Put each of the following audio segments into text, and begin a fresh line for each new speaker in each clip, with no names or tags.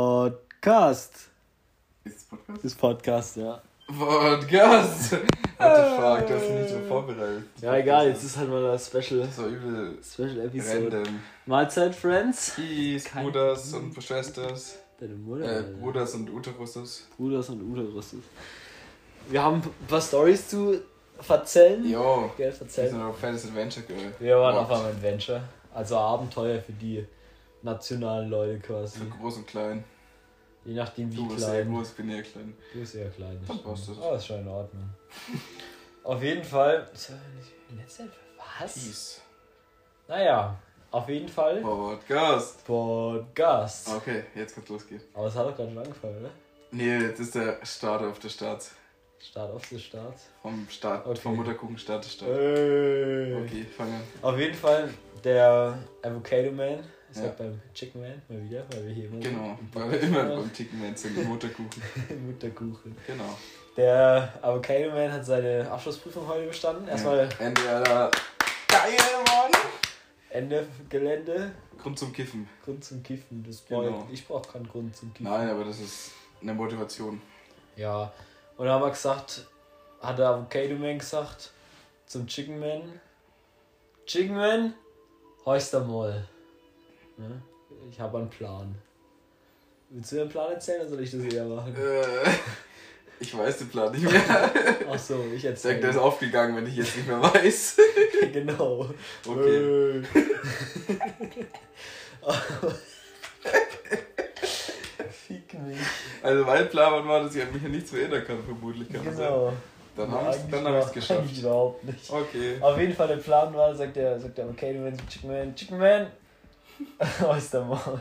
Podcast.
Ist das Podcast?
Ist Podcast, ja.
Podcast! What the fuck, du hast mich nicht so vorbereitet.
Ja, egal, jetzt ist halt mal das Special,
Das war übel
Special Episode.
random.
Mahlzeit, Friends.
Peace,
Kein-
Bruders und Schwesters.
Deine Mutter,
Äh,
Alter.
Bruders und Uteruses.
Bruders und Uteruses. Wir haben ein paar Stories zu verzellen.
Yo,
Gell,
wir
verzellen.
sind auf Fantasy Adventure Girl.
Wir waren auf
Wow.
einem Adventure. Also Abenteuer für die nationalen Leute quasi.
Für groß und klein.
Je nachdem, wie
Mhm. Du bist sehr
klein.
groß, ich bin eher klein.
Du bist eher klein. das
Dann
stimmt.
passt das.
Aber ist schon in Ordnung. auf jeden Fall. Ist ja nicht- in letzter Zeit- Was?
Peace.
Naja, auf jeden Fall.
Podcast!
Podcast.
Okay, jetzt kann's losgehen.
Aber es hat doch gerade schon angefangen, ne? oder?
Nee, jetzt ist der Start auf der Start.
Start auf den Start.
Vom Start,
Okay.
vom Mutterkuchen Start der Start.
Hey.
Okay, fang an.
Auf jeden Fall, der Avocado Man ist
Ja.
halt beim Chicken Man, mal wieder, weil wir hier immer
Genau, weil wir immer beim Ticken Mans sind, im Mutterkuchen.
Mutterkuchen.
Genau.
Der Avocado Man hat seine Abschlussprüfung heute bestanden. Erstmal
Ja. Ende aller. Geil, Mann!
Ende Gelände,
Grund zum Kiffen.
Grund zum Kiffen. Das brauch
Genau.
ich, ich brauche keinen Grund zum Kiffen.
Nein, aber das ist eine Motivation.
Ja, und dann haben wir gesagt, hat der Avocado Man gesagt, zum Chicken Man, Chicken Man, horchst da mal. Ne? Ich habe einen Plan. Willst du mir einen Plan erzählen oder soll ich das eher machen?
Äh, ich weiß den Plan nicht mehr.
Ach so, ich
Ich denke, der ist
erzähle.
aufgegangen, wenn ich jetzt nicht mehr weiß.
genau.
Okay.
Fick mich.
Also mein Plan war, dass ich an mich an nichts mehr erinnern kann, vermutlich. Kann das sein.
Genau.
Dann habe ich es
Eigentlich
dann hab ich's
war- eigentlich
geschafft.
überhaupt nicht.
Okay.
Auf jeden Fall der Plan war, sagt er, sagt er, okay, du meinst Chicken Man, Chicken Man, Oystermaul.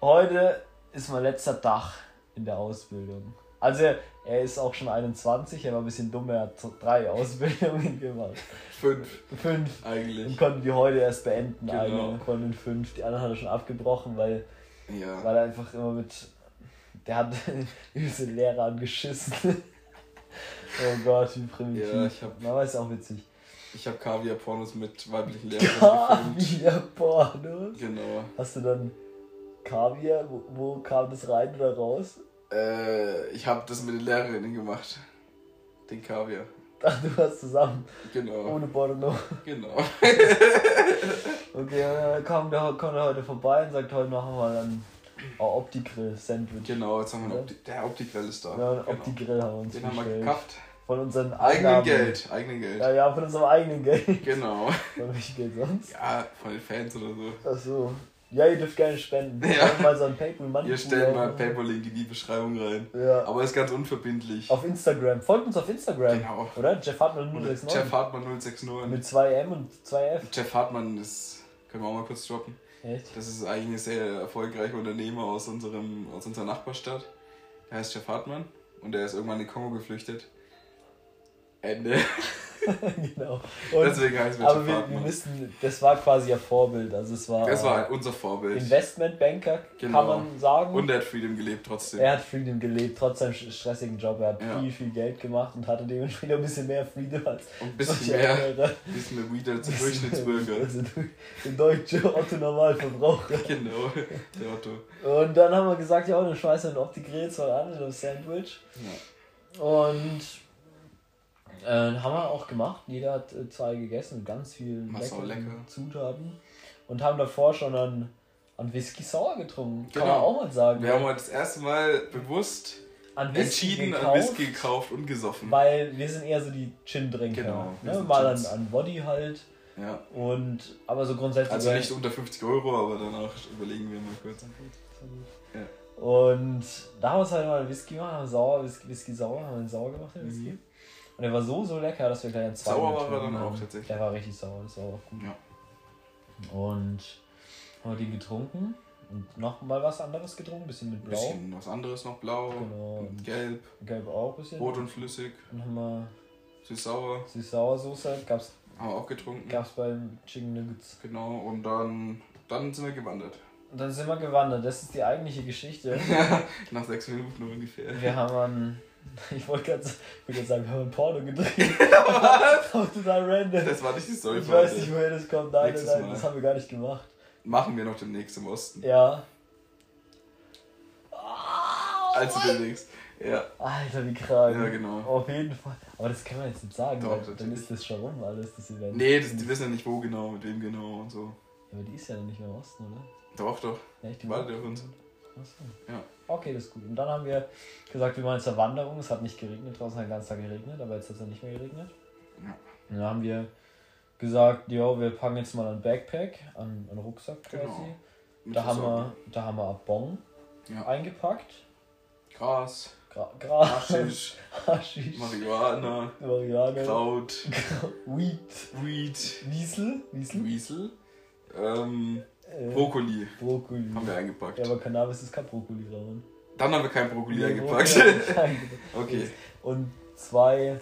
Heute ist mein letzter Tag in der Ausbildung. Also er ist auch schon 21, er war ein bisschen dumm, er hat so drei Ausbildungen gemacht.
Fünf
Fünf. Und
eigentlich.
konnten die heute erst beenden,
Genau.
eine von den fünf. Die anderen hat er schon abgebrochen, weil,
Ja.
weil er einfach immer mit. Der hat diese Lehrer angeschissen. oh Gott, wie primitiv.
Ja, ich hab-
Aber ist auch witzig.
Ich habe Kaviar-Pornos mit weiblichen Lehrern gefilmt.
Kaviar Pornos.
Genau.
Hast du dann Kaviar? Wo, wo kam das rein oder raus?
Äh, ich habe das mit den Lehrerinnen gemacht. Den Kaviar.
Ach, du hast zusammen.
Genau.
Ohne Porno.
Genau.
Okay, dann kam der, kam der heute vorbei und sagt, heute machen wir dann oh, Opti-Grill-Sandwich.
Genau, jetzt haben wir
Ja.
einen Opti der Optikwelle ist da.
Ja, und
genau.
Opti-Grill haben wir uns
Den haben wir
bestellt.
gekauft.
Von unseren
Eigenen
Einnahmen.
Geld, eigenen Geld.
Ja, ja, von unserem eigenen Geld.
Genau.
Von welchem Geld sonst?
Ja, von den Fans oder so.
Ach so. Ja, ihr dürft gerne spenden.
Ja.
Einfach Mal so ein paypal mann
Wir stellen mal Paypal-Link in die Beschreibung rein.
Ja.
Aber ist ganz unverbindlich.
Auf Instagram. Folgt uns auf Instagram.
Genau.
Oder? Jeff Hartmann
Oder
069.
Jeff Hartmann 069.
Mit 2M und 2F.
Jeff Hartmann ist, können wir auch mal kurz droppen.
Echt?
Das ist eigentlich ein sehr erfolgreicher Unternehmer aus, unserem, aus unserer Nachbarstadt. Der heißt Jeff Hartmann und der ist irgendwann in den Kongo geflüchtet. Ende.
genau. Und,
Deswegen heißt er
aber wir,
Jeff
wir
Hartmann.
müssen, das war quasi ihr Vorbild. Also es war,
Das war
äh,
unser Vorbild.
Investmentbanker,
Genau.
kann man sagen.
Und der hat Freedom gelebt trotzdem.
er hat Freedom gelebt, trotz seinem sch- stressigen Job. Er hat
Ja.
viel, viel Geld gemacht und hatte dementsprechend auch ein bisschen mehr Freedom als
Und ein bisschen
manche
mehr,
andere.
ein bisschen mehr wieder zum Durchschnittsbürger.
Also du- der deutsche Otto Normalverbraucher.
Genau, der Otto.
Und dann haben wir gesagt, ja, dann schmeißen wir den Opti-Grills mal an, in einem Sandwich.
Ja.
Und äh, haben wir auch gemacht. Jeder hat äh, zwei gegessen mit ganz vielen
Was auch
leckeren
lecker.
Zutaten. Und haben davor schon an, an Whisky Sour getrunken. Kann man
Genau.
auch mal sagen.
Wir haben heute das erste Mal bewusst
an
entschieden,
gekauft,
an Whisky gekauft und gesoffen.
Weil wir sind eher so die Gin-Drinker.
Genau, wir
Ne?
sind
Mal an,
Gins.
an Body halt.
Ja.
Und aber so grundsätzlich.
Also nicht unter 50 Euro, aber danach überlegen wir mal kurz.
Und da haben wir uns halt mal einen Whisky gemacht, haben sauer, Whisky, Whisky sauer, haben einen sauer gemacht, den Whisky.
Mhm.
Und der war so, so lecker, dass wir gleich einen zweiten
Sauer war er
getrunken
dann auch
haben.
tatsächlich.
Der war richtig sauer, das war auch gut.
Ja.
Und haben wir den getrunken und nochmal was anderes getrunken, ein bisschen mit
Ein
Blau.
bisschen was anderes noch, blau,
Genau.
und gelb,
Gelb auch ein bisschen.
rot und flüssig,
Dann haben wir
süß-sauer,
Süß-Sauer-Soße, gab's,
haben wir auch getrunken.
gab's beim Chicken Nuggets.
Genau, und dann, dann sind wir gewandert.
Und dann sind wir gewandert, das ist die eigentliche Geschichte.
Nach sechs Minuten ungefähr.
Wir haben an. Ich wollte gerade wollt sagen, wir haben ein Porno gedreht. Was? total random.
Das war nicht die Story
ich
für
weiß
heute.
nicht, woher das kommt. Nein, nein,
Nächstes
nein,
Mal.
das haben wir gar nicht gemacht.
Machen wir noch demnächst im Osten.
Ja.
Allzu billigst. Ja,
Alter, wie krank.
ja, genau.
Auf jeden Fall. Aber das kann man jetzt nicht sagen,
Doch,
weil dann
natürlich.
ist das schon rum, alles, das Event.
Nee, das, die wissen ja nicht, wo genau, mit wem genau und so.
Aber die ist ja dann nicht mehr im Osten, oder?
Doch, doch.
Ja, ich
Die wartet auf uns.
Achso.
Ja.
Okay, das ist gut. Und dann haben wir gesagt, wir machen jetzt eine Wanderung. Es hat nicht geregnet, draußen hat den ganzen Tag geregnet, aber jetzt hat es ja nicht mehr geregnet.
Ja.
Und dann haben wir gesagt, jo, wir packen jetzt mal einen Backpack, an einen Rucksack quasi.
Genau. Mit
Da haben,
Versorgung.
wir, da haben wir Bon
Ja.
eingepackt.
Gras,
Gra Gras,
Haschisch,
Haschisch,
Marihuana,
Marihuana,
Kraut,
Wheat,
Weed,
Wiesel, Wiesel,
Weasel, ähm,
äh,
Brokkoli
Brokkoli.
haben wir eingepackt.
Ja, aber Cannabis ist kein Brokkoli, Ramon.
Dann haben wir kein Brokkoli
Brokkoli-
eingepackt. okay.
Und zwei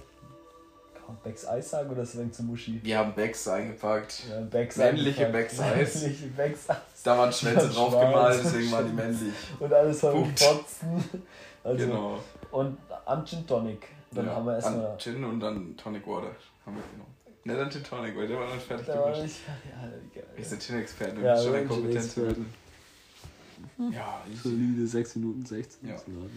kann man Becks Eis sagen oder ist das zu Muschi?
Wir haben Bags eingepackt.
Ja, Becks
Männliche
eingepackt.
Becks Eis.
Männliche Becks Eis.
Da waren Schwänze
Ja,
drauf
schwarz.
gemalt, deswegen waren die männlich.
Und alles voll mit
Punkt.
Fotzen. Also,
Genau.
Und am Gin Tonic. Dann
ja.
haben wir erstmal.
An Gin und dann Tonic Water haben wir genommen. Ne, dann Gin Tonic, weil der war dann fertig
Da war
gemischt.
ich ja, Alter, wie geil.
Ich bin Gin-Experte,
Ja,
ja, schon ein
wir sind
kompetenter
Gin-Experten.
Ja, easy.
Solide 6 Minuten 16.
Ja.
ist in Ordnung.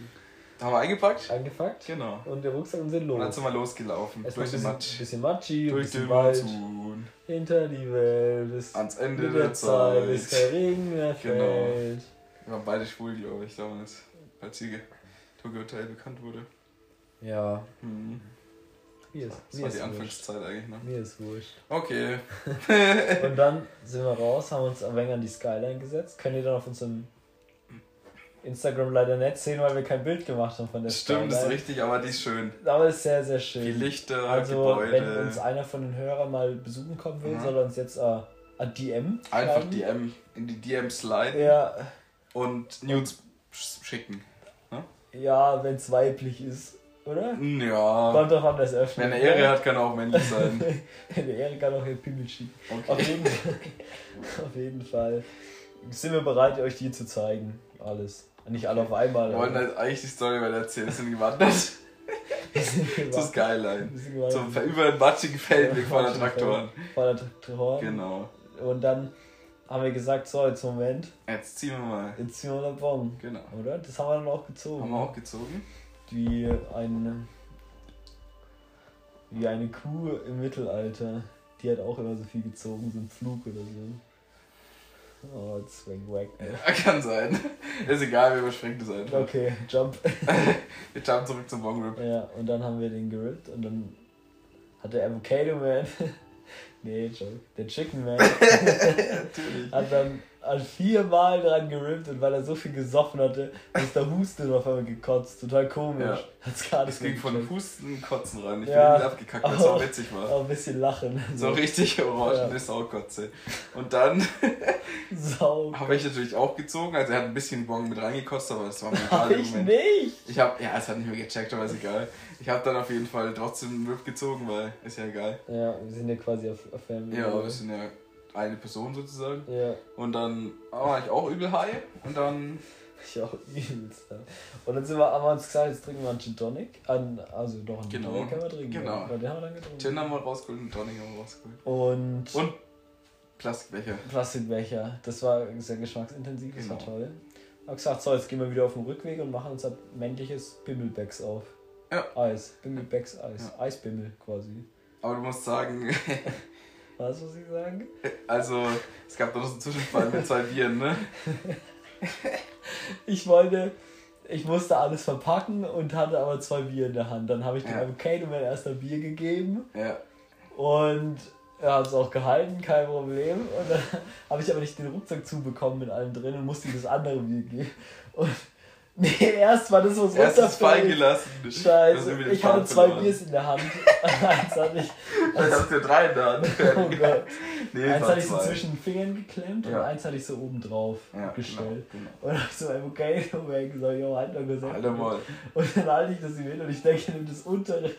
Da haben wir eingepackt.
Angefangen.
Genau.
Und der Rucksack und sind
Und dann
los.
sind wir losgelaufen.
Erstmal
durch
ein bisschen,
den Matsch.
bisschen matschig,
Durch
bisschen
den
Wald,
Monsun.
hinter die Welt, bis
Ans
mit
Ende
der Zeit, halt- bis der Regen mehr
Genau.
fällt.
Wir waren beide schwul, glaube ich, damals. Als die Tokyo Hotel bekannt wurde.
Ja,
Hm.
mir ist,
Genau. Das
mir
war
ist wurscht.
die Anfangszeit eigentlich noch.
Mir ist wurscht.
Okay.
Und dann sind wir raus, haben uns ein wenig an die Skyline gesetzt. Könnt ihr dann auf unserem Instagram leider nicht sehen, weil wir kein Bild gemacht haben von der
Stimmt, ist
Skyline.
richtig, aber die ist schön.
Aber es ist sehr, sehr schön.
Die Lichter,
also, wenn uns
Gebäude.
einer von den Hörern mal besuchen kommen will,
Mhm.
soll er uns jetzt äh, ein DM
Einfach
schreiben.
DM, in die DM sliden
Ja,
und Nudes sch- schicken.
ja wenn es weiblich ist, oder?
Hm, Ja.
Kommt doch an das Öffnen.
Wenn er Ehre hat, kann er auch männlich sein.
Wenn der Ehre kann auch ihr Pimmel schicken. Auf
Okay.
jeden, auf jeden Fall sind wir bereit, euch die zu zeigen. Alles. Nicht alle auf einmal.
Wir wollten
aber-
halt eigentlich die Story weiter erzählen, sind gewandert zur Skyline.
Wir sind gewandt.
Zum über den matschigen Feldweg vor der Traktoren.
Vor der Traktoren.
Genau.
Und dann haben wir gesagt, so, jetzt Moment,
Jetzt ziehen wir mal.
jetzt ziehen wir den Bon.
Genau.
Oder? Das haben wir dann auch gezogen.
Haben wir auch gezogen?
Wie eine, wie eine Kuh im Mittelalter. Die hat auch immer so viel gezogen, so ein Flug oder so. Oh, Swing Wack.
Ja, kann sein. Ist egal, wir überspringen das einfach.
Okay, Jump.
Wir jumpen zurück zum Bong Rip.
Ja, und dann haben wir den gerippt und dann hat der Avocado Man, nee, Joke, der Chicken Man,
Natürlich.
hat dann an viermal dran gerippt und weil er so viel gesoffen hatte, ist der Husten auf einmal gekotzt. Total komisch.
Ja.
Hat's gar nicht
Das ging von
gecheckt.
Husten und Kotzen rein. Ich
Ja.
bin nicht abgekackt, weil es auch witzig war.
Auch ein bisschen lachen.
So richtig orangene
Ja.
Saukotze. Und dann
Sau.
habe ich natürlich auch gezogen. Also er hat ein bisschen Bong mit reingekotzt, aber das war mir
Hab
egal. im
ich
Moment.
nicht.
Ich habe, ja, es hat nicht mehr gecheckt, aber ist egal. Ich habe dann auf jeden Fall trotzdem einen Rip gezogen, weil ist ja egal.
Ja, wir sind ja quasi auf, auf Family.
Ja, wir sind ja eine Person sozusagen.
Ja,
Und dann oh, war ich auch übel high und dann
ich auch übelst. ja. Und dann sind wir, haben wir uns gesagt, jetzt trinken wir einen Gin Tonic. An, also doch einen
Genau.
Gin Tonic können wir trinken.
Genau.
Ja, den haben wir dann getrunken.
Gin haben wir rausgeholt und Tonic haben wir rausgeholt.
Und,
Und Plastikbecher.
Plastikbecher. Das war sehr geschmacksintensiv, das war
Genau.
toll. Hab gesagt, so, jetzt gehen wir wieder auf den Rückweg und machen uns ein männliches Bimmelbecks auf.
Ja.
Eis. Bimmelbecks Eis. Eisbimmel quasi.
Aber du musst sagen,
Was muss ich sagen?
also es gab da noch so einen Zwischenfall mit zwei Bieren, ne?
Ich wollte, ich musste alles verpacken und hatte aber zwei Bier in der Hand. Dann habe ich dem
Ja.
Avocado mein erster Bier gegeben
Ja.
und er hat es auch gehalten, kein Problem. Und dann habe ich aber nicht den Rucksack zubekommen mit allem drin und musste ihm das andere Bier geben. Und nee, erst war das, was
Erstes Fall
runterfällt.
gelassen. Da
Scheiße,
sind wir den
ich hatte
Faden
zwei
verloren.
Biers in der Hand. eins hatte ich,
Vielleicht hast du ja drei da.
oh Gott.
Nee,
eins
war
hatte ich so
zwei.
zwischen den Fingern geklemmt und
Ja.
eins hatte ich so oben drauf
ja,
gestellt.
genau, genau.
Und hab so einem Geld weg, so, yo, halt mal gesagt.
Alter mal.
Und dann halte ich das Event und ich denke, ich nehme das untere,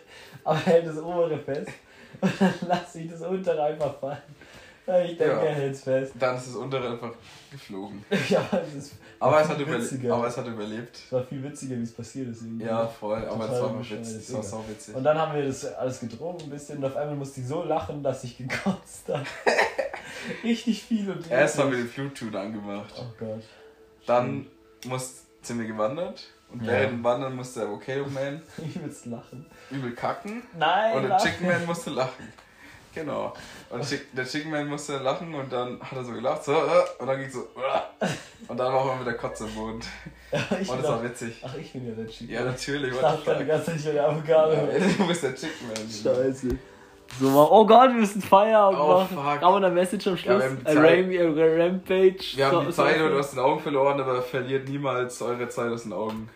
aber hält das obere fest. Und dann lasse ich das untere einfach fallen. Weil Ich denke,
Ja.
er hält es fest.
Dann ist das untere einfach geflogen.
Ja, es ist-
Aber es, hat
Witziger.
überle aber es hat überlebt.
es war viel witziger, wie es passiert ist. irgendwie.
Ja, voll, aber
Total
es war mal
bescheuert,
witzig. Es war
Digga.
sau witzig.
Und dann haben wir das alles getrunken ein bisschen und auf einmal musste ich so lachen, dass ich gekotzt habe. Richtig Oh viel und
Erst haben
richtig.
wir den Flute angemacht.
Oh Gott.
Dann muss, sind wir gewandert. Und
Ja.
während dem Wandern musste der Volcano Man
Ich will's lachen.
übel kacken
Nein,
und der
lachen.
Chicken Man musste lachen. Genau. Und Chick- der Chicken Man musste lachen und dann hat er so gelacht, so, äh, und dann ging so, äh. und dann war auch immer wieder Kotze im Boden.
Ja, ich
Und
bin
das war
auch,
witzig.
ach, ich bin ja der Chicken.
Ja, natürlich,
ich
what
dachte
the
dann die
fuck.
ganze Zeit, ich bin der Avocado.
Ja, Du bist der Chicken Man.
Scheiße. So mal, oh Gott, wir müssen Feierabend
Oh,
machen.
fuck.
Haben wir eine Message am
Ja,
Schluss?
wir haben die
Ein
Zeit.
Ram- ein Rampage.
Wir haben die
So-
Zeit
so-
aus den Augen verloren, aber verliert niemals eure Zeit aus den Augen.